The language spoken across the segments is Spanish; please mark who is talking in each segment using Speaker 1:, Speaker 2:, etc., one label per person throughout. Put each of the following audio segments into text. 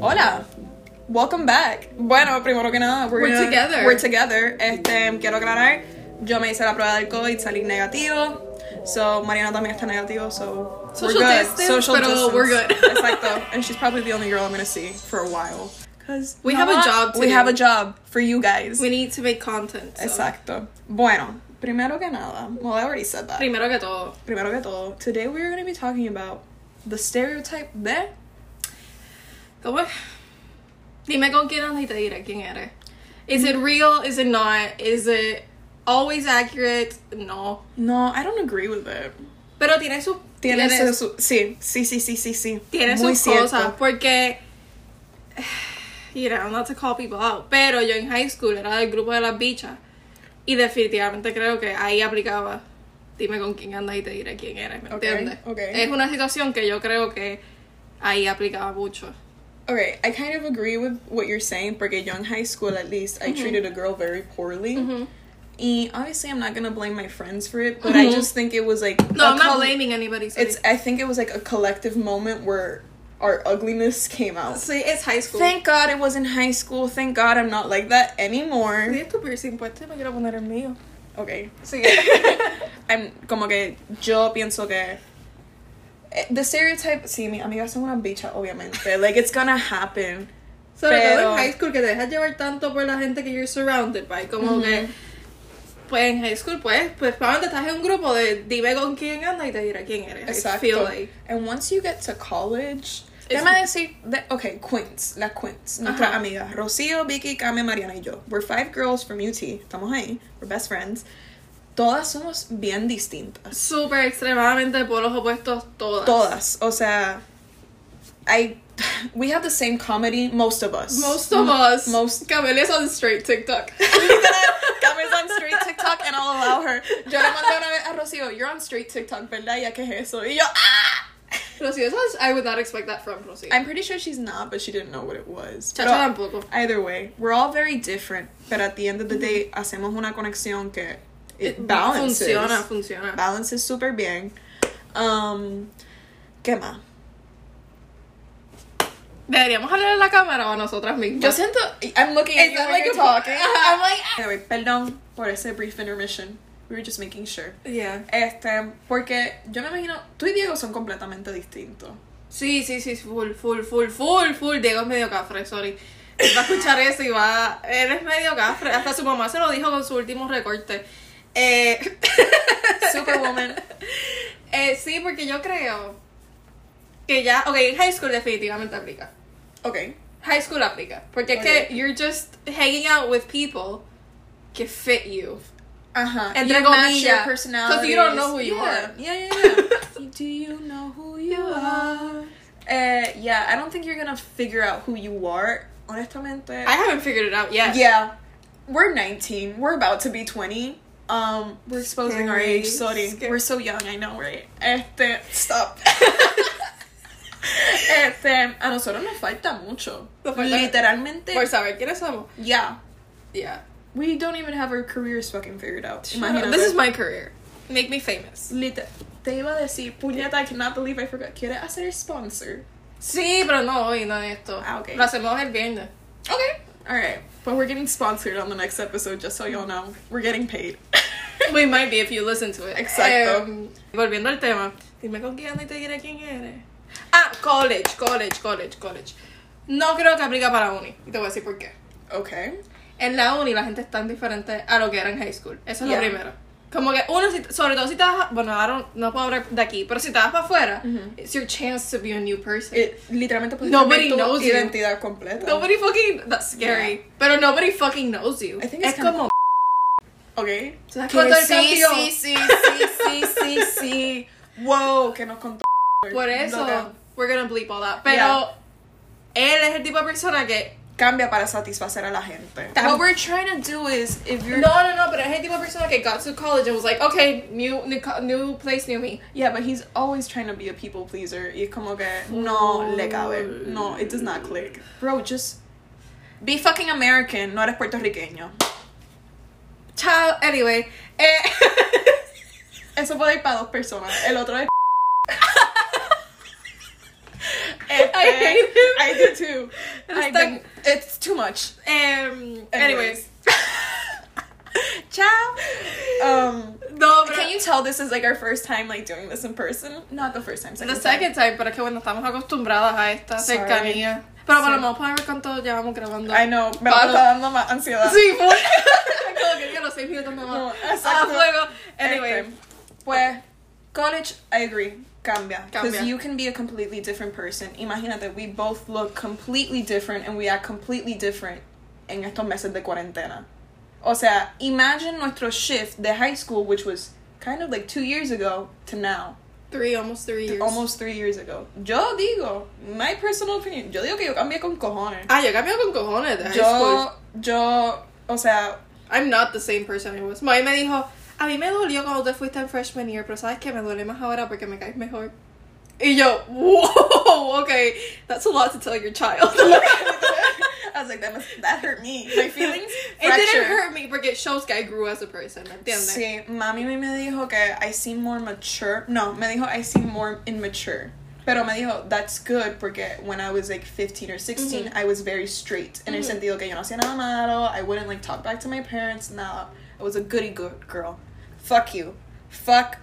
Speaker 1: Hola. Welcome back. Bueno, primero que nada, we're,
Speaker 2: We're
Speaker 1: gonna-
Speaker 2: together.
Speaker 1: We're together. Este, quiero aclarar, yo me hice la prueba del COVID, salí negativo. So, Mariana también está negativo, so
Speaker 2: Social
Speaker 1: we're good.
Speaker 2: distance, pero we're good.
Speaker 1: Exacto. And she's probably the only girl I'm gonna see for a while. Cause
Speaker 2: We
Speaker 1: you
Speaker 2: have
Speaker 1: know
Speaker 2: a
Speaker 1: what?
Speaker 2: job to
Speaker 1: We
Speaker 2: do.
Speaker 1: have a job for you guys.
Speaker 2: We need to make content. so.
Speaker 1: Exacto. Bueno, primero que nada, well, I already said that.
Speaker 2: Primero que todo.
Speaker 1: Primero que todo, today we're gonna be talking about the stereotype de
Speaker 2: ¿Cómo es? Dime con quién andas y te diré quién eres. Is it real? Is it not? Is it always accurate? No.
Speaker 1: No, I don't agree with it.
Speaker 2: Pero tiene sus...
Speaker 1: Tiene su, su- sí, sí, sí, sí, sí, sí.
Speaker 2: tiene
Speaker 1: Muy
Speaker 2: sus
Speaker 1: cierto.
Speaker 2: cosas porque you know not to call people out pero yo en high school era del grupo de las bichas y definitivamente creo que ahí aplicaba dime con quién andas y te diré quién eres ¿me
Speaker 1: Ok,
Speaker 2: entiendes?
Speaker 1: ok.
Speaker 2: es una situación que yo creo que ahí aplicaba mucho
Speaker 1: Okay, I kind of agree with what you're saying porque yo en high school at least I treated a girl very poorly. Y obviously I'm not gonna blame my friends for it, but I
Speaker 2: Mhm.
Speaker 1: just think it was like
Speaker 2: no
Speaker 1: a
Speaker 2: I'm not
Speaker 1: col-
Speaker 2: blaming anybody sorry.
Speaker 1: It's I think it was like a collective moment where our ugliness came out.
Speaker 2: sí es high school
Speaker 1: Thank God it was in high school. Thank God I'm not like that anymore.
Speaker 2: tu piercing puesto me quiero poner el mío
Speaker 1: Okay.
Speaker 2: sí
Speaker 1: I'm, como que yo pienso que eh, the stereotype sí mi amiga son una bicha obviamente like it's gonna happen
Speaker 2: Sobre todo
Speaker 1: Pero-
Speaker 2: en high school, que te dejas llevar tanto por la gente que you're surrounded by. Como que, pues en high school, pues, pues probablemente estás en un grupo de dime con quién andas y te dirá quién eres. I feel like.
Speaker 1: and once you get to college
Speaker 2: It's-
Speaker 1: déjame decir de, ok Quince la Quince nuestra
Speaker 2: Ajá.
Speaker 1: amiga Rocío Vicky Cami Mariana y yo we're five girls from UT estamos ahí we're best friends todas somos bien distintas
Speaker 2: Súper extremadamente polos opuestos todas.
Speaker 1: todas o sea I we have the same comedy most of us
Speaker 2: Most of us.
Speaker 1: most-
Speaker 2: Camelia's on straight TikTok.
Speaker 1: Cameras on straight TikTok and I'll allow her. Yo le mandé una vez a Rocío, you're on straight TikTok, ¿verdad? Ya que es eso. Y yo, ¡ah!
Speaker 2: Rocío, ¿sabes? I would not expect that from Rocío.
Speaker 1: I'm pretty sure she's not, but she didn't know what it was.
Speaker 2: Chacha tampoco.
Speaker 1: either way, we're all very different, but at the end of the day, hacemos una conexión que Mm-hmm. it balances.
Speaker 2: Funciona, funciona.
Speaker 1: Balances super bien. Um, ¿Qué más?
Speaker 2: ¿Deberíamos hablar a la cámara o a nosotras mismas?
Speaker 1: Yo siento, I'm looking at
Speaker 2: Is
Speaker 1: you
Speaker 2: that
Speaker 1: when
Speaker 2: like
Speaker 1: you're
Speaker 2: a-
Speaker 1: talking.
Speaker 2: I'm like, ah.
Speaker 1: Anyway, perdón por ese brief intermission. We were just making sure.
Speaker 2: Yeah.
Speaker 1: Este, porque yo me imagino, tú y Diego son completamente distintos.
Speaker 2: Sí, sí, sí, full, full, full, full, full. Diego es medio cafre, sorry. Va a escuchar eso y va. Eres medio cafre. Hasta su mamá se lo dijo con su último recorte. Eh,
Speaker 1: Superwoman.
Speaker 2: eh, sí, porque yo creo que ya. Ok, en high school definitivamente aplica.
Speaker 1: Ok.
Speaker 2: High school aplica. Porque es
Speaker 1: Ok.
Speaker 2: que you're just hanging out with people que fit you.
Speaker 1: Ajá.
Speaker 2: Entre
Speaker 1: you match
Speaker 2: comillas.
Speaker 1: your personalities.
Speaker 2: 'Cause you don't know who you
Speaker 1: Yeah.
Speaker 2: are.
Speaker 1: Yeah, yeah, yeah. Do you know who you are? Uh, yeah, I don't think you're gonna figure out who you are, honestamente.
Speaker 2: I haven't figured it out yet.
Speaker 1: yeah. We're 19. We're about to be 20. Um, we're exposing our
Speaker 2: Scary.
Speaker 1: age. Sorry.
Speaker 2: Scary.
Speaker 1: We're so young, I know, right? Este, stop. este, a nosotros nos falta mucho.
Speaker 2: Nos falta-
Speaker 1: Literalmente.
Speaker 2: Por saber quiénes somos.
Speaker 1: Yeah.
Speaker 2: Yeah.
Speaker 1: We don't even have our careers fucking figured out. Imagínate.
Speaker 2: This is my career. Make me famous.
Speaker 1: Liter- Te iba a decir, puñeta, I cannot believe I forgot. ¿Quieres hacer sponsor?
Speaker 2: Sí, pero no hoy, no es esto.
Speaker 1: Ah, ok.
Speaker 2: Lo hacemos el viernes.
Speaker 1: Okay. Alright. But we're getting sponsored on the next episode, just so y'all know. We're getting paid.
Speaker 2: We might be if you listen to it.
Speaker 1: Exacto.
Speaker 2: Em, volviendo al tema. Dime con quién andas y te diré quién eres. Ah, college, college, college, college. No creo que aplica para la uni. Y te voy a decir por qué.
Speaker 1: okay.
Speaker 2: En la uni la gente es tan diferente a lo que era en high school. Eso es
Speaker 1: Yeah.
Speaker 2: lo primero. Como que uno, si- sobre todo si te vas, a- bueno, I don't- no puedo hablar de aquí, pero si te vas para afuera, it's your chance to be a new person.
Speaker 1: It, literalmente puedes
Speaker 2: Nobody
Speaker 1: cambiar tu
Speaker 2: knows you.
Speaker 1: identidad completa.
Speaker 2: nobody fucking, that's scary, pero nobody fucking knows you.
Speaker 1: I think it's
Speaker 2: es
Speaker 1: kinda
Speaker 2: como,
Speaker 1: Okay.
Speaker 2: ¿Te das
Speaker 1: Que
Speaker 2: cuenta del
Speaker 1: Ah, sí,
Speaker 2: cambio?
Speaker 1: sí, sí, sí, sí, sí, sí. Wow, que nos contó.
Speaker 2: Por eso,
Speaker 1: Loca.
Speaker 2: we're gonna bleep all that. Pero
Speaker 1: Yeah.
Speaker 2: él es el tipo de persona que.
Speaker 1: Cambia para satisfacer a la gente.
Speaker 2: Tam-
Speaker 1: What we're trying to do is, if you're...
Speaker 2: No, no, no, pero es el tipo de persona que got to college and was like, okay, new, new, co- new place, new me.
Speaker 1: Yeah, but he's always trying to be a people pleaser. Y es como que no le cabe. No, it does not click. Bro, just be fucking American. No eres puertorriqueño.
Speaker 2: Chao, anyway. Eh,
Speaker 1: Eso puede ir para dos personas. El otro es. Este,
Speaker 2: Eh, I hate him.
Speaker 1: I do too.
Speaker 2: It's
Speaker 1: I've
Speaker 2: like-
Speaker 1: been- it's too much.
Speaker 2: Um, anyways.
Speaker 1: Anyways. Ciao. Um,
Speaker 2: no, pero
Speaker 1: can you tell this is like our first time like doing this in person? Not the first time. Second
Speaker 2: the second time, pero es que bueno, estamos acostumbradas a esta
Speaker 1: Sorry.
Speaker 2: cercanía. Pero
Speaker 1: Sí.
Speaker 2: bueno, vamos a ver cuánto llevamos grabando.
Speaker 1: time. I know. Me va
Speaker 2: Palo.
Speaker 1: dando más ansiedad.
Speaker 2: Sí, full. Como que ya los seis minutos nada
Speaker 1: No,
Speaker 2: más.
Speaker 1: exacto.
Speaker 2: a fuego. Anyway.
Speaker 1: Anyway, pues college, I agree, cambia because
Speaker 2: Cambia.
Speaker 1: you can be a completely different person. Imagínate, we both look completely different and we are completely different en estos meses de cuarentena. O sea, imagine nuestro shift de high school, which was kind of like two years ago, to now,
Speaker 2: Three, almost three years.
Speaker 1: almost three years ago. Yo digo, my personal opinion, yo digo que yo cambié con cojones.
Speaker 2: Ah, yo cambié con cojones de high school.
Speaker 1: Yo, yo, o sea,
Speaker 2: I'm not the same person I was. Mami me dijo, a mí me dolió cuando te fuiste en freshman year, pero sabes que me duele más ahora porque me caes mejor. Y yo, wow, okay, that's a lot to tell your child.
Speaker 1: I was like, that must, that hurt me. My feelings.
Speaker 2: It didn't
Speaker 1: fractured.
Speaker 2: hurt me porque it shows que I grew as a person, ¿me entiendes?
Speaker 1: Sí, mami me dijo que I seem more mature. No, me dijo I seem more immature. Pero me dijo, that's good, porque when I was like 15 or 16, I was very straight. En el
Speaker 2: Ujú.
Speaker 1: sentido que yo no hacía nada malo, I wouldn't like talk back to my parents, nada. I was a goody good girl. Fuck you. Fuck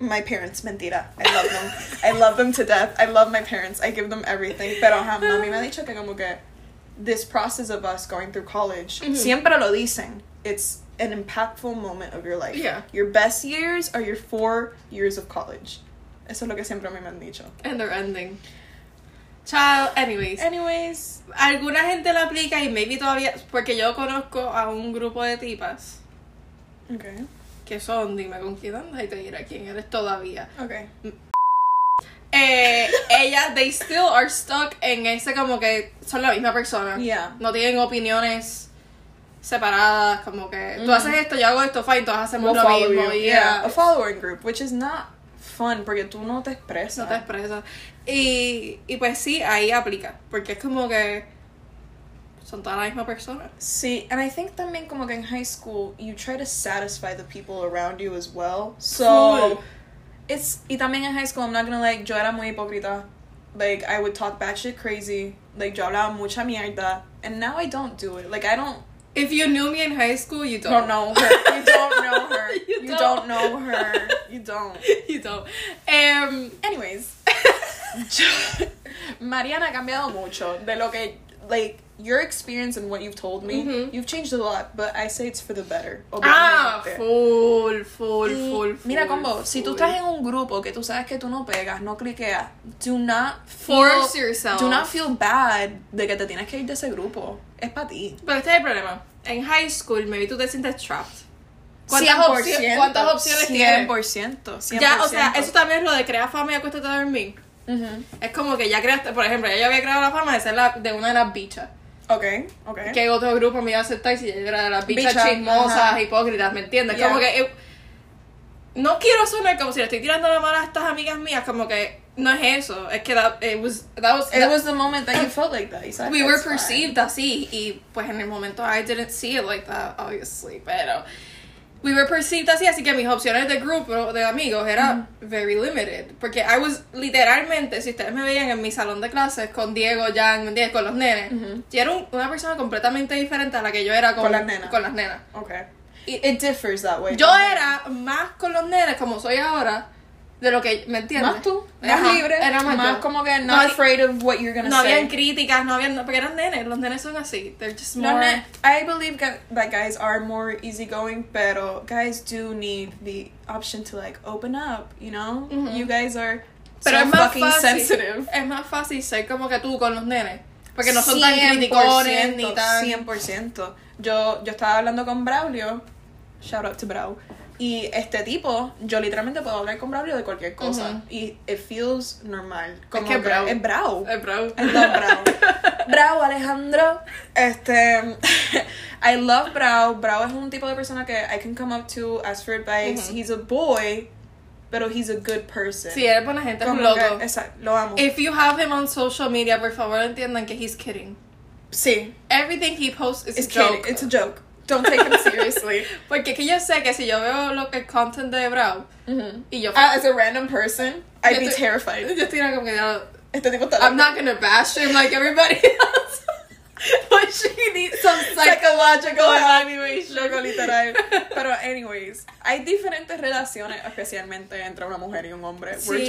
Speaker 1: my parents, mentira. I love them. I love them to death. I love my parents. I give them everything. Pero ajá, mami me ha dicho que como que this process of us going through college,
Speaker 2: Mhm.
Speaker 1: siempre lo dicen, it's an impactful moment of your life.
Speaker 2: Yeah.
Speaker 1: Your best years are your four years of college. Eso es lo que siempre a mí me han dicho.
Speaker 2: And they're ending. Child, anyways.
Speaker 1: Anyways,
Speaker 2: Alguna gente lo aplica y maybe todavía, porque yo conozco a un grupo de tipas
Speaker 1: okay,
Speaker 2: que son, dime con quién andas y te diré quién eres todavía.
Speaker 1: okay.
Speaker 2: eh, ellas, they still are stuck en ese como que son la misma persona.
Speaker 1: Yeah.
Speaker 2: No tienen opiniones separadas, como que tú
Speaker 1: Ujú.
Speaker 2: haces esto, yo hago esto, fine, todos hacemos lo
Speaker 1: We'll follow
Speaker 2: mismo.
Speaker 1: you.
Speaker 2: yeah.
Speaker 1: A following group, which is not fun porque tú no te expresas.
Speaker 2: No te expresas. Y, y pues sí, ahí aplica, porque es como que son todas la misma persona.
Speaker 1: See, and I think también como que en high school you try to satisfy the people around you as well. So
Speaker 2: Full.
Speaker 1: it's y también en high school I'm not gonna like yo era muy hipócrita. Like I would talk batshit crazy. Like yo hablaba mucha mierda. And now I don't do it. Like I don't
Speaker 2: If you knew me in high school, you don't.
Speaker 1: don't know her. You don't know her.
Speaker 2: You
Speaker 1: you,
Speaker 2: don't.
Speaker 1: don't. know her. You don't.
Speaker 2: you don't. Em,
Speaker 1: Anyways, yo- Mariana ha cambiado mucho de lo que like your experience and what you've told me.
Speaker 2: Mhm.
Speaker 1: You've changed a lot, but I say it's for the better.
Speaker 2: ah,
Speaker 1: obviamente.
Speaker 2: full, full,
Speaker 1: Y
Speaker 2: full,
Speaker 1: Mira,
Speaker 2: full,
Speaker 1: combo, si tú
Speaker 2: full.
Speaker 1: estás en un grupo que tú sabes que tú no pegas, no cliqueas, do not feel,
Speaker 2: Force yourself.
Speaker 1: do not feel bad de que te tienes que ir de ese grupo. Es para ti.
Speaker 2: Pero este es el problema. En high school, maybe tú te sientes trapped. ¿Cuántas,
Speaker 1: 100%,
Speaker 2: opci- cuántas opciones tienes?
Speaker 1: 100%, 100%.
Speaker 2: Ya, o sea, eso también es lo de crear fama y acuéstate a dormir.
Speaker 1: Ujú.
Speaker 2: Es como que ya creaste, por ejemplo, ya yo había creado la fama de ser la, de una de las bichas.
Speaker 1: Ok, ok.
Speaker 2: Que otro grupo me iba a aceptar y si ya yo era de las bichas
Speaker 1: ¿Eh? Bicha,
Speaker 2: chismosas,
Speaker 1: ajá.
Speaker 2: hipócritas, ¿me entiendes?
Speaker 1: Yeah.
Speaker 2: Como que. eh, no quiero sonar como si le estoy tirando la mala a estas amigas mías, como que no es eso. Es que that, it was, that was,
Speaker 1: It
Speaker 2: that-
Speaker 1: was the moment that you felt like that. you said,
Speaker 2: we were
Speaker 1: "That's fine."
Speaker 2: perceived así y pues en el momento I didn't see it like that obviously pero we were perceived así así que mis opciones de grupo de amigos era very limited porque I was literalmente si ustedes me veían en mi salón de clases con Diego Jan ¿me entiendes? con los nenes
Speaker 1: Ujú.
Speaker 2: yo era un- una persona completamente diferente a la que yo era con,
Speaker 1: Con las nenas.
Speaker 2: con las nenas.
Speaker 1: Okay. It, it differs that way.
Speaker 2: yo era más con los nenes como soy ahora de lo que me entiendes
Speaker 1: más tú, más
Speaker 2: Ajá,
Speaker 1: libre,
Speaker 2: era más,
Speaker 1: más
Speaker 2: yo.
Speaker 1: como que
Speaker 2: No,
Speaker 1: not
Speaker 2: y-
Speaker 1: afraid of what you're gonna
Speaker 2: no
Speaker 1: say.
Speaker 2: habían críticas no habían no, porque eran nenes los nenes son así they're just
Speaker 1: No,
Speaker 2: more
Speaker 1: no, I believe gu- that guys are more easygoing, pero guys do need the option to like open up, you know?
Speaker 2: Mhm.
Speaker 1: You guys are
Speaker 2: Pero
Speaker 1: so
Speaker 2: es más
Speaker 1: fucking
Speaker 2: fácil.
Speaker 1: sensitive.
Speaker 2: Es más fácil ser como que tú con los nenes. Porque no son tan
Speaker 1: 100%,
Speaker 2: criticones ni tan.
Speaker 1: 100%. Yo, yo estaba hablando con Braulio, shout out to Brau, y este tipo, yo literalmente puedo hablar con Braulio de cualquier cosa,
Speaker 2: Ujú.
Speaker 1: y it feels normal. Como
Speaker 2: que es Brau.
Speaker 1: Es Brau.
Speaker 2: Eh, bro.
Speaker 1: I love Bravo. Bravo, Alejandro. Este, I love Bravo. Bravo es un tipo de persona que I can come up to, ask for advice.
Speaker 2: Ujú.
Speaker 1: He's a boy, pero he's a good person.
Speaker 2: Sí, eres buena gente, es un
Speaker 1: Como
Speaker 2: loco.
Speaker 1: que- esa- lo amo.
Speaker 2: If you have him on social media, por favor entiendan que he's kidding.
Speaker 1: sí,
Speaker 2: Everything he posts is
Speaker 1: it's,
Speaker 2: a
Speaker 1: kidding.
Speaker 2: joke.
Speaker 1: It's a joke. Don't take him seriously.
Speaker 2: Porque es que yo sé que si yo veo lo que el content de Bravo
Speaker 1: Ujú.
Speaker 2: y yo. Uh,
Speaker 1: Ah, As a random person, I'd
Speaker 2: Yo
Speaker 1: be
Speaker 2: estoy-
Speaker 1: terrified.
Speaker 2: yo estoy como que ya,
Speaker 1: Este tipo está
Speaker 2: I'm
Speaker 1: loco.
Speaker 2: not gonna bash him like everybody else. but she needs some psych-
Speaker 1: psychological evaluation. Loco, literal. Pero, anyways, hay diferentes relaciones, especialmente entre una mujer y un hombre. We're
Speaker 2: Sí.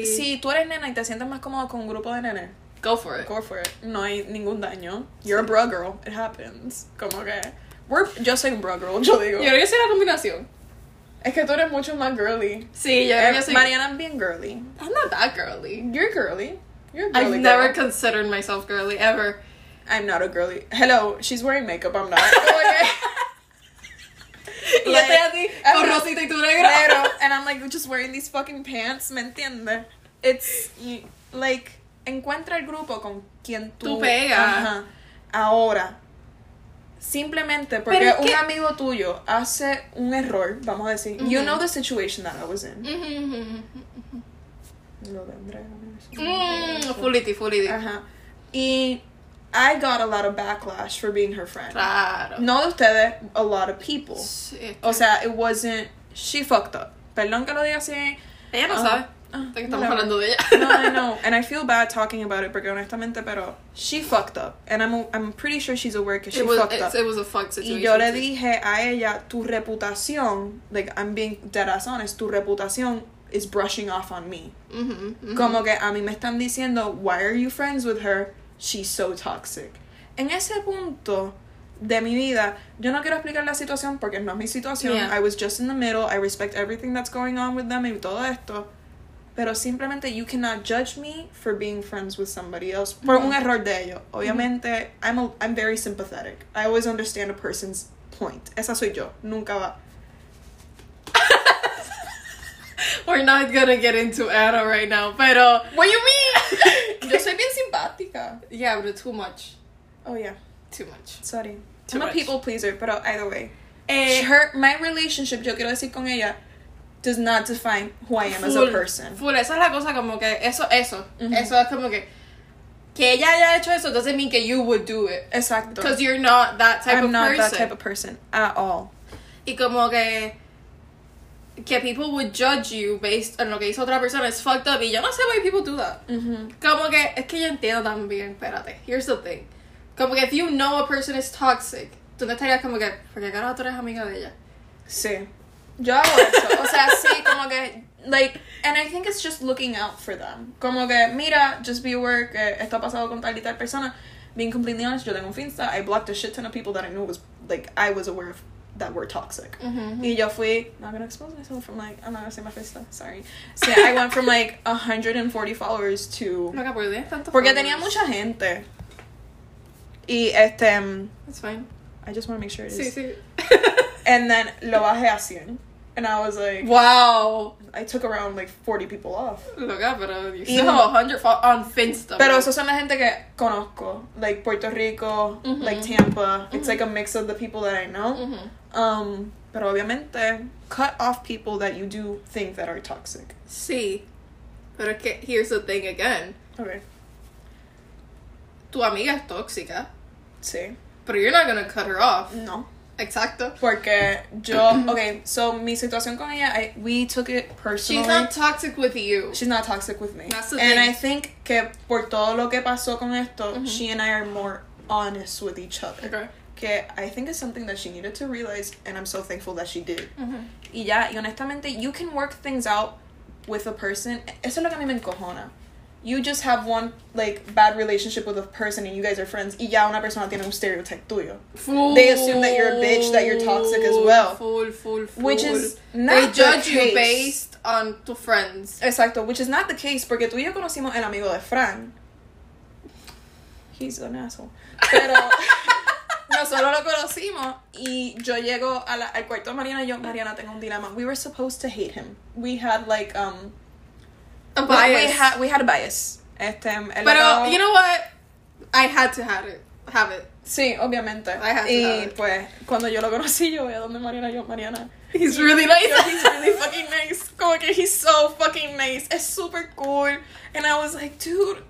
Speaker 1: just- si tú eres nena y te sientes más cómodo con un grupo de nenes,
Speaker 2: Go for it.
Speaker 1: go for it. No hay ningún daño. You're a bro girl. It happens. Como que. We're, yo soy un bro girl, yo digo.
Speaker 2: Yo creo que esa es la combinación.
Speaker 1: Es que tú eres mucho más girly.
Speaker 2: Sí, yo
Speaker 1: Eh,
Speaker 2: creo que soy-
Speaker 1: Mariana es bien girly.
Speaker 2: I'm not that girly.
Speaker 1: You're girly. You're a girly.
Speaker 2: I've never
Speaker 1: girl.
Speaker 2: considered myself girly ever.
Speaker 1: I'm not a girly. Hello, she's wearing makeup. I'm not. Oye,
Speaker 2: y yo estoy así,
Speaker 1: I'm
Speaker 2: con
Speaker 1: not-
Speaker 2: rosita y tú negra.
Speaker 1: Pero, and I'm like just wearing these fucking pants. ¿Me entiende? It's y- like encuentra el grupo con quien tú,
Speaker 2: Tú pega.
Speaker 1: Ajá. Ahora. Simplemente porque
Speaker 2: es
Speaker 1: un
Speaker 2: que-
Speaker 1: amigo tuyo hace un error, vamos a decir, you
Speaker 2: Ujú.
Speaker 1: know the situation that I was in.
Speaker 2: Mhm.
Speaker 1: Lo de Andrea, no sé.
Speaker 2: Mm, fuliti, fuliti.
Speaker 1: Ajá. Y I got a lot of backlash for being her friend.
Speaker 2: Claro.
Speaker 1: No de ustedes, a lot of people.
Speaker 2: Sí, es que-
Speaker 1: O sea, it wasn't. She fucked up. Perdón que lo diga así.
Speaker 2: ella no
Speaker 1: ah,
Speaker 2: sabe.
Speaker 1: ah,
Speaker 2: que estamos
Speaker 1: whatever.
Speaker 2: hablando de ella.
Speaker 1: No, I know. And I feel bad talking about it porque honestamente, pero she fucked up. And I'm, I'm pretty sure she's aware que she
Speaker 2: It was,
Speaker 1: fucked
Speaker 2: it's-
Speaker 1: up.
Speaker 2: it was a fucked situation.
Speaker 1: Y yo le
Speaker 2: sí.
Speaker 1: dije a ella, tu reputación, like I'm being dead ass honest, tu reputación is brushing off on me.
Speaker 2: Mhm, mhm.
Speaker 1: Como que a mí me están diciendo, why are you friends with her? She's so toxic. En ese punto de mi vida, yo no quiero explicar la situación porque no es mi situación.
Speaker 2: Yeah.
Speaker 1: I was just in the middle. I respect everything that's going on with them y todo esto. Pero simplemente you cannot judge me for being friends with somebody else por un
Speaker 2: Ujú.
Speaker 1: error de ellos. Obviamente, I'm, a- I'm very sympathetic. I always understand a person's point. Esa soy yo. Nunca va.
Speaker 2: We're not gonna get into Anna right now, pero.
Speaker 1: What you mean? yo
Speaker 2: Yo
Speaker 1: soy bien simpática.
Speaker 2: Yeah, but too much.
Speaker 1: Oh yeah.
Speaker 2: Too much.
Speaker 1: Sorry.
Speaker 2: Too
Speaker 1: I'm
Speaker 2: much.
Speaker 1: a people pleaser, pero either way.
Speaker 2: Eh,
Speaker 1: her, my relationship, yo quiero decir con ella, does not define who I am as a
Speaker 2: Full,
Speaker 1: person.
Speaker 2: Full, esa es la cosa como que eso, eso,
Speaker 1: Ujú.
Speaker 2: eso es como que que ella haya hecho eso doesn't mean que you would do it
Speaker 1: Exacto.
Speaker 2: because you're not that type
Speaker 1: I'm
Speaker 2: of
Speaker 1: not
Speaker 2: person.
Speaker 1: that type of person at all.
Speaker 2: y como que que people would judge you based on lo que hizo otra persona es fucked up y yo no sé why people do that. Como que es que yo entiendo también, espérate. Here's the thing. Como que if you know a person is toxic, tú no estarías como que porque carajo tú eres amiga de ella.
Speaker 1: Sí. Yo hago eso. O sea, sí, como que, like, and I think it's just looking out for them. Como que, mira, just be aware que esto ha pasado con tal y tal persona. Being completely honest, yo tengo un Finsta, I blocked a shit ton of people that I knew was, like, I was aware of that were toxic. Y yo fui, not gonna expose myself from like, I'm not gonna say my face though, sorry. So yeah, I went from like 140 followers to.
Speaker 2: No, que porque tenías tantos
Speaker 1: Porque
Speaker 2: followers.
Speaker 1: tenía mucha gente. Y este. um,
Speaker 2: It's fine.
Speaker 1: I just wanna make sure it is.
Speaker 2: Sí, sí.
Speaker 1: And then lo bajé a 100. And I was like,
Speaker 2: Wow.
Speaker 1: I took around like 40 people off.
Speaker 2: Loca, pero you
Speaker 1: Y-
Speaker 2: still have 100 fo- on Finsta.
Speaker 1: Pero
Speaker 2: bro.
Speaker 1: esos son la gente que conozco. Like Puerto Rico,
Speaker 2: Mhm.
Speaker 1: like Tampa. It's
Speaker 2: Mhm.
Speaker 1: like a mix of the people that I know.
Speaker 2: Ujú.
Speaker 1: Um, pero obviamente, cut off people that you do think that are toxic.
Speaker 2: Sí. Pero es que, here's the thing again.
Speaker 1: Okay.
Speaker 2: Tu amiga es tóxica,
Speaker 1: Sí.
Speaker 2: pero you're not gonna cut her off.
Speaker 1: No.
Speaker 2: Exacto.
Speaker 1: Porque yo, okay, so mi situación con ella, I, we took it personally.
Speaker 2: She's not toxic with you.
Speaker 1: She's not toxic with me.
Speaker 2: That's the
Speaker 1: and
Speaker 2: thing.
Speaker 1: I think que por todo lo que pasó con esto, she and I are more honest with each other.
Speaker 2: Okay.
Speaker 1: Que I think is something that she needed to realize, and I'm so thankful that she did.
Speaker 2: Ujú.
Speaker 1: Y ya, y honestamente, you can work things out with a person. Eso es lo que a mí me encojona. You just have one, like, bad relationship with a person and you guys are friends, y ya una persona tiene un stereotype tuyo. They assume that you're a bitch, that you're toxic as well.
Speaker 2: Full, full, full.
Speaker 1: Which is not
Speaker 2: They
Speaker 1: the
Speaker 2: judge you
Speaker 1: case.
Speaker 2: based on tu friends.
Speaker 1: Exacto, which is not the case porque tú y yo conocimos el amigo de Fran. He's an asshole. Pero nosotros lo conocimos y yo llego a la- al cuarto de Mariana y yo, Mariana, tengo un dilema. We were supposed to hate him. We had like um
Speaker 2: A
Speaker 1: we-
Speaker 2: bias.
Speaker 1: We, had we had a bias. Este, el
Speaker 2: Pero,
Speaker 1: otro-
Speaker 2: you know what? I had to have it. Have it.
Speaker 1: Sí, obviamente.
Speaker 2: I had to have
Speaker 1: Y
Speaker 2: it.
Speaker 1: pues cuando yo lo conocí yo voy a donde Mariana y yo, Mariana.
Speaker 2: He's really nice.
Speaker 1: Yo, he's really fucking nice. Como que he's so fucking nice. Es super cool. And I was like, dude,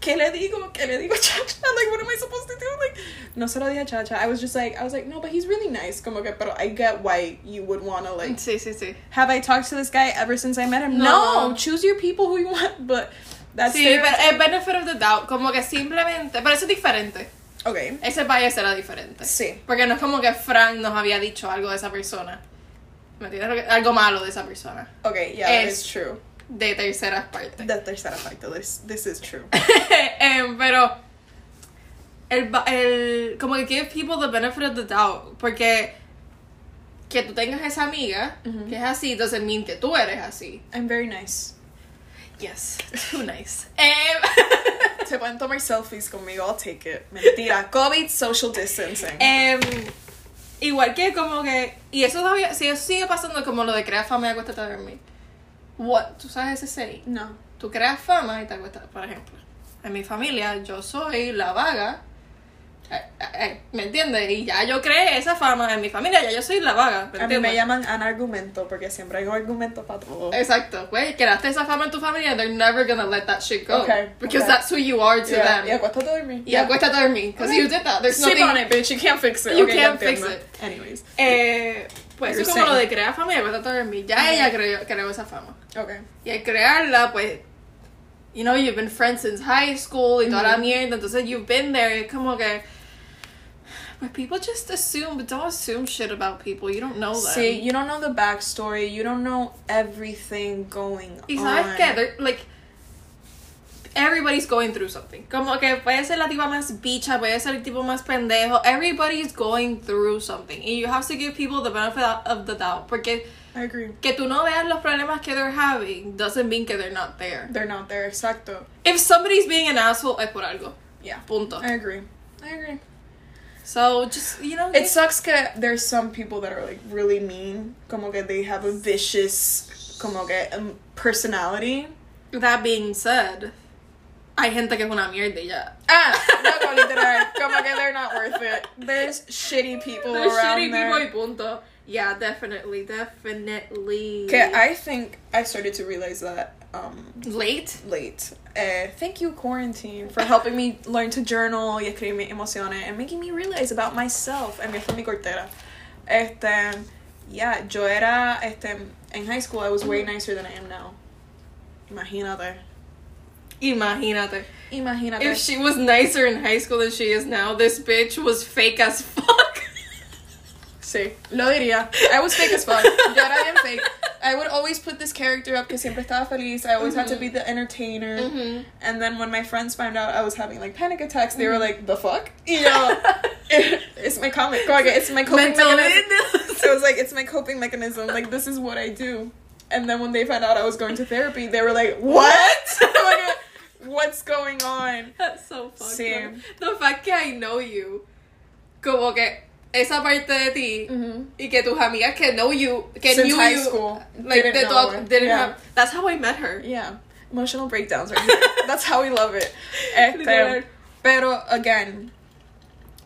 Speaker 1: ¿qué le digo? ¿Qué le digo, Chacha? Like, what am I supposed to do? Like, no se lo dije a Chacha. I was just like, I was like, no, but he's really nice. Como que, pero I get why you would want to, like,
Speaker 2: Sí, sí, sí.
Speaker 1: have I talked to this guy ever since I met him?
Speaker 2: No.
Speaker 1: Choose your people who you want. But That's
Speaker 2: Sí,
Speaker 1: their-
Speaker 2: pero el benefit of the doubt, como que simplemente, pero eso es diferente.
Speaker 1: Okay.
Speaker 2: Ese país era diferente.
Speaker 1: Sí.
Speaker 2: Porque no es como que Frank nos había dicho algo de esa persona. ¿Me entiendes? lo que- Algo malo de esa persona.
Speaker 1: Okay, yeah, that
Speaker 2: Es-
Speaker 1: is true.
Speaker 2: De terceras partes.
Speaker 1: That there's that effect. This this is true.
Speaker 2: Em, pero el, ba- el como que give people the benefit of the doubt porque que tú tengas esa amiga que es así doesn't mean que tú eres así
Speaker 1: I'm very nice.
Speaker 2: yes too nice Em,
Speaker 1: Se pueden tomar selfies conmigo, I'll take it. Mentira. COVID social distancing.
Speaker 2: em, igual que como que y eso todavía si eso sigue pasando como lo de crear fama y acuéstate a dormir what tú sabes ese saying
Speaker 1: No.
Speaker 2: tú creas fama y te acuestas. Por ejemplo, en mi familia yo soy la vaga. Eh, eh, ¿Me entiendes? Y ya yo creé esa fama en mi familia, ya yo soy la vaga. ¿me
Speaker 1: A mí me
Speaker 2: entiendes?
Speaker 1: llaman an argumento porque siempre hay argumento para todo.
Speaker 2: Exacto, güey, creaste esa fama en tu familia, they're never gonna let that shit go.
Speaker 1: Okay,
Speaker 2: Because
Speaker 1: okay.
Speaker 2: that's who you are to
Speaker 1: Yeah,
Speaker 2: them.
Speaker 1: Y acuéstate a dormir.
Speaker 2: Y acuéstate a dormir, because
Speaker 1: Okay.
Speaker 2: you did that. There's
Speaker 1: Sleep
Speaker 2: nothing...
Speaker 1: on it, bitch. You can't fix it.
Speaker 2: You
Speaker 1: Okay, ya
Speaker 2: can't fix
Speaker 1: entiendo.
Speaker 2: it.
Speaker 1: Anyways.
Speaker 2: Eh, pues
Speaker 1: You're
Speaker 2: eso es como lo de
Speaker 1: saying.
Speaker 2: crear fama y acuéstate a dormir. Ya ella creó, creó esa fama.
Speaker 1: Okay.
Speaker 2: Y al crearla, pues, you know, you've been friends since high school y toda la
Speaker 1: Ujú.
Speaker 2: mierda, entonces you've been there, y es como que. Pues people just assume, but don't assume shit about people, you don't know them.
Speaker 1: See, you don't know the backstory. You don't know everything going
Speaker 2: y
Speaker 1: on.
Speaker 2: sabes qué, They're, like, everybody's going through something. Como que puede ser la tipa más bicha, puede ser el tipo más pendejo, everybody's going through something. And you have to give people the benefit of the doubt, porque
Speaker 1: I agree.
Speaker 2: que tú no veas los problemas que they're having doesn't mean que they're not there.
Speaker 1: They're not there. Exacto.
Speaker 2: If somebody's being an asshole, es por algo.
Speaker 1: Yeah.
Speaker 2: Punto.
Speaker 1: I agree. I agree.
Speaker 2: So just you know,
Speaker 1: It sucks that there's some people that are like really mean. Como que they have a vicious, como que um, personality.
Speaker 2: that being said, hay gente que es una mierda y ya.
Speaker 1: Ah, no, literal. Como que they're not worth it. There's shitty people
Speaker 2: There's
Speaker 1: around
Speaker 2: shitty
Speaker 1: there.
Speaker 2: people y punto. Yeah, definitely, definitely.
Speaker 1: Okay, I think I started to realize that um,
Speaker 2: late.
Speaker 1: late. Uh, thank you, quarantine, for helping me learn to journal y escribir mis emociones and making me realize about myself. And mi fue mi cortera. Este, yeah, yo era, este, in high school, I was way nicer than I am now. Imagínate.
Speaker 2: Imagínate.
Speaker 1: Imagínate.
Speaker 2: If she was nicer in high school than she is now, this bitch was fake as fuck.
Speaker 1: Sí, lo diría. I was fake as fuck. Yo era bien fake. I would always put this character up que siempre estaba feliz. I always had to be the entertainer.
Speaker 2: Mhm.
Speaker 1: And then when my friends found out I was having like panic attacks, they were like, "The fuck?" You know, eh, it's my comic. Go again, It's my coping
Speaker 2: Mental
Speaker 1: mechanism.
Speaker 2: illness.
Speaker 1: So I was like, "It's my coping mechanism. Like this is what I do." And then when they found out I was going to therapy, they were like, "What? Like, What's going on?"
Speaker 2: That's so fucked
Speaker 1: Same.
Speaker 2: up. The fact que I know you, como que esa parte de ti y que tus amigas que know you, que
Speaker 1: Since
Speaker 2: knew
Speaker 1: high
Speaker 2: you,
Speaker 1: school,
Speaker 2: like
Speaker 1: didn't
Speaker 2: they
Speaker 1: know
Speaker 2: talk-
Speaker 1: her.
Speaker 2: didn't
Speaker 1: Yeah.
Speaker 2: have. That's how I met her.
Speaker 1: Yeah, emotional breakdowns right here. That's how we love it. Este,
Speaker 2: Literal.
Speaker 1: pero again,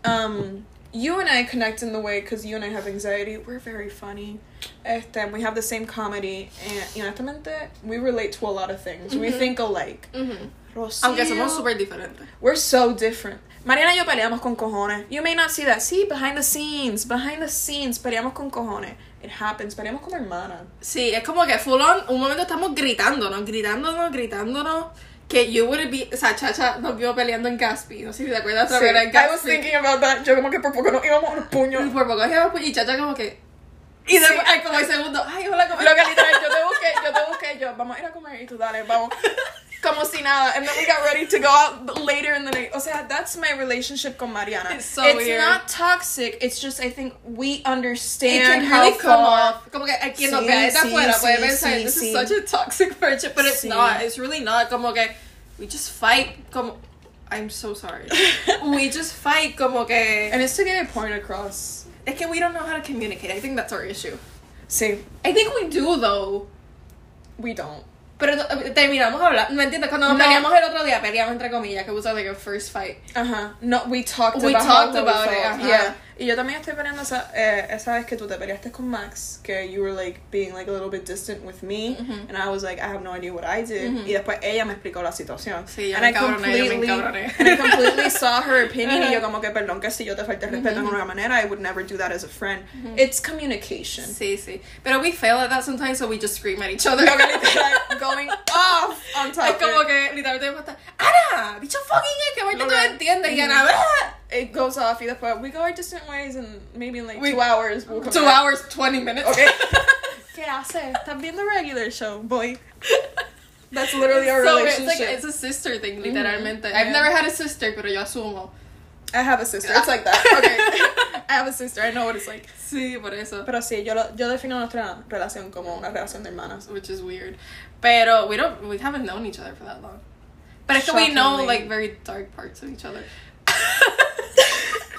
Speaker 1: um, you and I connect in the way because you and I have anxiety. We're very funny. Este, we have the same comedy, and y honestamente, we relate to a lot of things. We think alike.
Speaker 2: Mhm.
Speaker 1: Mm-hmm. Rocío-
Speaker 2: Aunque somos súper diferentes.
Speaker 1: We're so different. Mariana y yo peleamos con cojones. You may not see that. See, behind the scenes, behind the scenes, peleamos con cojones. It happens. Peleamos como hermanas.
Speaker 2: Sí, es como que full on, un momento estamos gritándonos, gritándonos, gritándonos. Que you wouldn't be. O sea, Chacha nos vio peleando en Gaspi. No sé si te acuerdas otra
Speaker 1: Sí.
Speaker 2: vez era en
Speaker 1: I was
Speaker 2: Gaspi.
Speaker 1: thinking about that. Yo como que por poco no íbamos a unos puños.
Speaker 2: Y por poco cogíamos puño y Chacha como que. Y después, ay, como el segundo, ay, hola, ¿cómo
Speaker 1: Lo que
Speaker 2: estás?
Speaker 1: literal, yo te busqué, yo te busqué, yo, vamos a ir a comer y tú dale, vamos. Como si nada. And then we got ready to go out later in the night. O sea, that's my relationship con Mariana.
Speaker 2: It's so
Speaker 1: It's
Speaker 2: weird.
Speaker 1: not toxic. It's just, I think, we
Speaker 2: It
Speaker 1: understand
Speaker 2: can
Speaker 1: how
Speaker 2: really come
Speaker 1: far.
Speaker 2: off. Como que a quien nos
Speaker 1: Sí,
Speaker 2: vea desde
Speaker 1: sí,
Speaker 2: afuera puede
Speaker 1: sí,
Speaker 2: pensar,
Speaker 1: sí,
Speaker 2: this
Speaker 1: sí.
Speaker 2: is such a toxic friendship, but it's
Speaker 1: Sí.
Speaker 2: not. It's really not. Como que we just fight. Como, I'm so sorry. we just fight. Como que
Speaker 1: And it's to get a point across.
Speaker 2: es que we don't know how to communicate. I think that's our issue.
Speaker 1: Sí,
Speaker 2: I think we do though.
Speaker 1: we don't.
Speaker 2: Pero eh, terminamos hablando, ¿me entiendes? Cuando nos
Speaker 1: No.
Speaker 2: peleamos el otro día, peleamos entre comillas, que was like a first fight.
Speaker 1: Uh huh. No, we talked
Speaker 2: We
Speaker 1: about
Speaker 2: talked
Speaker 1: how
Speaker 2: about
Speaker 1: we
Speaker 2: it,
Speaker 1: felt.
Speaker 2: uh-huh.
Speaker 1: Yeah. Y yo también estoy peleando esa, eh, esa vez que tú te peleaste con Max, que you were like being like a little bit distant with me,
Speaker 2: Ujú.
Speaker 1: and I was like, I have no idea what I did.
Speaker 2: Ujú.
Speaker 1: Y después ella me explicó la situación.
Speaker 2: Sí, yo
Speaker 1: and
Speaker 2: me
Speaker 1: I
Speaker 2: encabroné, yo me
Speaker 1: completely-
Speaker 2: encabroné.
Speaker 1: and I completely saw her opinion, y yo
Speaker 2: Ajá.
Speaker 1: como que perdón que si yo te falté el respeto en
Speaker 2: Ujú.
Speaker 1: una manera, I would never do that as a friend.
Speaker 2: Ujú.
Speaker 1: It's communication.
Speaker 2: Sí, sí. Pero we fail at that sometimes, so we just scream at each other.
Speaker 1: Como que literal, going off on
Speaker 2: Es
Speaker 1: topic.
Speaker 2: como que literalmente me pasa, Ana, bicho fucking es que ahorita tú
Speaker 1: Loca.
Speaker 2: me entiendes. Y
Speaker 1: Ujú.
Speaker 2: Ana, "Ah".
Speaker 1: It goes off, y después we go our distant ways, and maybe in like
Speaker 2: We-
Speaker 1: two hours we'll come
Speaker 2: two
Speaker 1: back.
Speaker 2: hours, 20 minutes.
Speaker 1: Okay. ¿Qué hace? Estás viendo regular show, boy. That's literally our
Speaker 2: so
Speaker 1: relationship.
Speaker 2: It's, like, it's a sister thing, literalmente.
Speaker 1: Mhm.
Speaker 2: I've
Speaker 1: Yeah.
Speaker 2: never had a sister, pero yo asumo.
Speaker 1: I have a sister. It's like that. Okay. I have a sister. I know what it's like.
Speaker 2: Sí, por eso.
Speaker 1: Pero sí, yo, lo, yo defino nuestra relación como una relación de hermanas.
Speaker 2: Which is weird. Pero we don't, we haven't known each other for that long. But I feel we know
Speaker 1: Shockingly.
Speaker 2: like very dark parts of each other.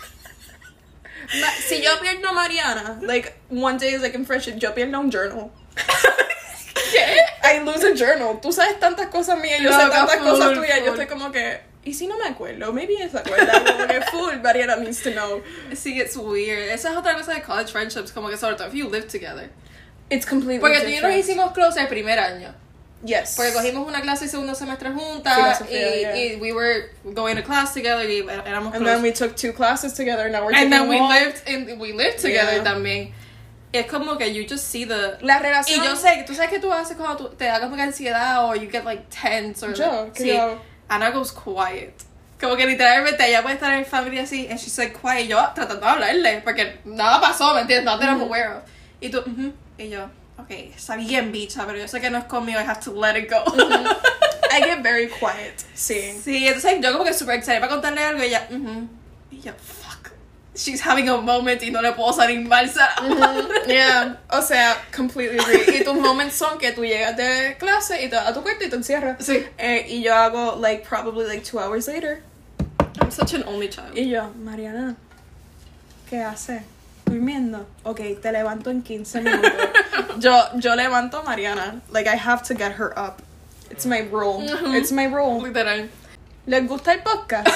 Speaker 1: Ma- Si yo pierdo a Mariana, like one day is like in friendship, yo pierdo un journal.
Speaker 2: ¿Qué?
Speaker 1: I lose a journal. Tú sabes tantas cosas mías, yo sé
Speaker 2: Loca,
Speaker 1: tantas
Speaker 2: full,
Speaker 1: cosas tuyas. Yo
Speaker 2: full.
Speaker 1: estoy como que, ¿y si no me acuerdo? Maybe ella se acuerda. Como que full, Mariana needs to know.
Speaker 2: Sí, it's weird. Esa es otra cosa de college friendships, como que sobre todo if you live together.
Speaker 1: It's completely
Speaker 2: Porque tú y yo nos
Speaker 1: different.
Speaker 2: hicimos close el primer año.
Speaker 1: Yes.
Speaker 2: Porque cogimos una clase y segundo semestre juntas. Y,
Speaker 1: Filosofía, yeah.
Speaker 2: y we were going to class together y er- éramos
Speaker 1: And
Speaker 2: close.
Speaker 1: then we took two classes together. Now we're
Speaker 2: and then
Speaker 1: taking
Speaker 2: we
Speaker 1: more.
Speaker 2: lived, in, we lived together
Speaker 1: Yeah.
Speaker 2: también. Es como que you just see the...
Speaker 1: La relación.
Speaker 2: Y yo sé que tú sabes que tú haces cuando tú, te da como que ansiedad o you get like tense or
Speaker 1: Yo,
Speaker 2: like,
Speaker 1: que
Speaker 2: sí.
Speaker 1: yo-
Speaker 2: Ana goes quiet. Como que literalmente ella puede estar en familia así and she's like quiet y yo tratando de hablarle porque nada pasó, ¿me entiendes? Nothing I'm
Speaker 1: Ujú.
Speaker 2: aware of. Y tú, ujú. y yo, ok, está bien bicha, pero yo sé que no es conmigo, I have to let it go.
Speaker 1: I get very quiet. Sí.
Speaker 2: sí, entonces yo como que super excited para contarle algo y ella, ujú. y yo, fuck, she's having a moment y no le puedo salir mal, Sara. Mm-hmm.
Speaker 1: Yeah. O sea, completely agree. Y tus moments son que tú llegas de clase y te vas a tu cuarto y te encierras.
Speaker 2: Sí.
Speaker 1: Eh, y yo hago, like, probably like two hours later.
Speaker 2: I'm such an only child.
Speaker 1: Y yo, Mariana, ¿qué hace? Durmiendo. Ok, te levanto en 15 minutos. yo, yo levanto a Mariana. Like, I have to get her up. It's my role.
Speaker 2: Ujú.
Speaker 1: It's my role.
Speaker 2: Literal.
Speaker 1: ¿Les gusta el podcast?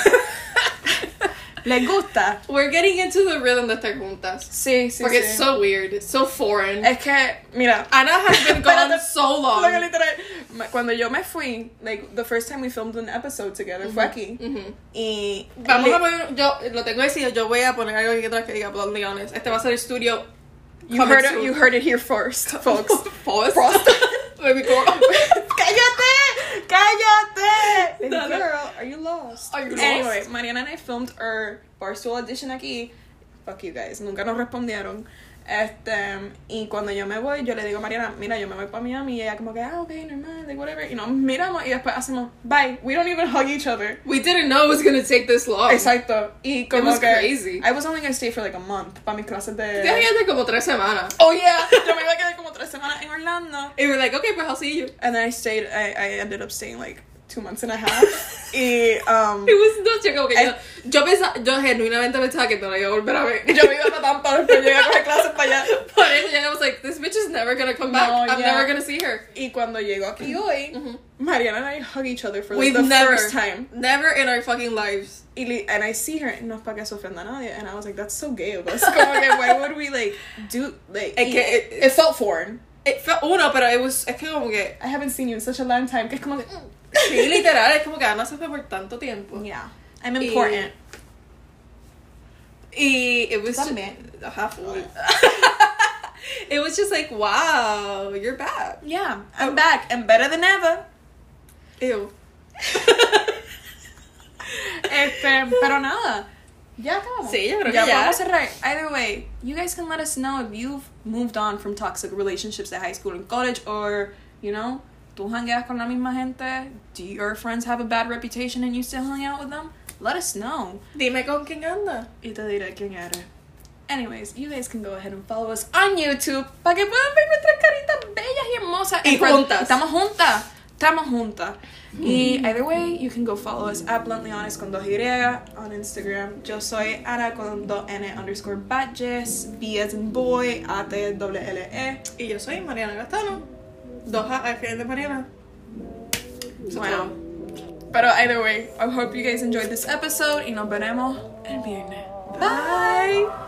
Speaker 1: ¿Les gusta?
Speaker 2: We're getting into the rhythm de estar juntas.
Speaker 1: Sí, sí,
Speaker 2: Porque
Speaker 1: sí.
Speaker 2: it's so weird, it's so foreign.
Speaker 1: Es que, mira,
Speaker 2: Ana has been
Speaker 1: Espérate.
Speaker 2: gone so long.
Speaker 1: lo que literal, me- cuando yo me fui, like, the first time we filmed an episode together fue aquí.
Speaker 2: Ujú.
Speaker 1: Y.
Speaker 2: Vamos
Speaker 1: li-
Speaker 2: a poner, yo lo tengo decidido, yo voy a poner algo aquí atrás que diga Blondie Honest. Este va a ser el studio.
Speaker 1: You heard, it, you heard it here first, folks.
Speaker 2: Post.
Speaker 1: Post.
Speaker 2: Baby girl.
Speaker 1: ¡Cállate! ¡Cállate! Baby
Speaker 2: Dale.
Speaker 1: girl, are you lost?
Speaker 2: Are you lost?
Speaker 1: Anyway, Mariana and I filmed our Barstool Edition aquí. Fuck you guys, nunca nos respondieron. Este, y cuando yo me voy, yo le digo a Mariana, mira, yo me voy para Miami. Y ella como que, ah, ok, normal, like whatever. Y nos miramos y después hacemos, bye. We don't even hug each other.
Speaker 2: We didn't know it was gonna take this long.
Speaker 1: Exacto. Y como
Speaker 2: was
Speaker 1: que,
Speaker 2: crazy.
Speaker 1: I was only gonna stay for like a month para mis clases de...
Speaker 2: Te hace como tres semanas.
Speaker 1: Oh yeah, yo me iba a quedar como tres semanas en Orlando.
Speaker 2: And we're like, okay, pues I'll see you.
Speaker 1: And then I stayed. I, I ended up staying like two months and a half. y um,
Speaker 2: It was noche como que
Speaker 1: I-
Speaker 2: yo, yo pensaba, yo genuinamente pensaba que no la iba a volver a ver.
Speaker 1: yo me iba para Tampa después llegué a coger clases para allá.
Speaker 2: Por eso ya I was like, this bitch is never gonna come back.
Speaker 1: No,
Speaker 2: I'm
Speaker 1: yeah.
Speaker 2: never gonna see her.
Speaker 1: Y cuando llego aquí hoy,
Speaker 2: Mm-hmm.
Speaker 1: Mariana and I hug each other for like,
Speaker 2: We've
Speaker 1: the
Speaker 2: never,
Speaker 1: first time.
Speaker 2: never in our fucking lives.
Speaker 1: Y li- and I see her, no es para que se ofenda a nadie. And I was like, that's so gay of us. Como que, why would we like do like?
Speaker 2: Es
Speaker 1: y-
Speaker 2: que-
Speaker 1: it, it felt foreign.
Speaker 2: It felt, uno, pero it was, es que como que
Speaker 1: I haven't seen you in such a long time. Que es como que, mm.
Speaker 2: Sí, literal, es como que Ana se fue por tanto tiempo.
Speaker 1: Yeah, I'm
Speaker 2: Y-
Speaker 1: important.
Speaker 2: Y it was
Speaker 1: También.
Speaker 2: just, ajá, full. It was just like, wow, you're back.
Speaker 1: Yeah, I'm back and better than ever.
Speaker 2: Ew.
Speaker 1: Este, pero nada. Ya acabamos.
Speaker 2: Sí, yo creo
Speaker 1: ya
Speaker 2: que ya.
Speaker 1: vamos a cerrar. Either way, you guys can let us know if you've moved on from toxic relationships at high school and college or, you know, tú hangueas con la misma gente. Do your friends have a bad reputation and you still hang out with them? Let us know.
Speaker 2: Dime con quién anda.
Speaker 1: Y te diré quién eres. Anyways, you guys can go ahead and follow us on YouTube para que puedan ver nuestras caritas bellas y hermosas.
Speaker 2: Y
Speaker 1: Pues,
Speaker 2: juntas. Mm.
Speaker 1: Estamos juntas. Estamos juntas. Y either way, you can go follow us at Bluntly Honest con 2Y on Instagram. Yo soy Ana con 2N underscore badges, B as in boy, A T doble L E.
Speaker 2: Y yo soy Mariana Gastano. Dos A al final de Mariana. Eso es
Speaker 1: Bueno.
Speaker 2: todo.
Speaker 1: Pero either way, I hope you guys enjoyed this episode y nos veremos el viernes. Bye.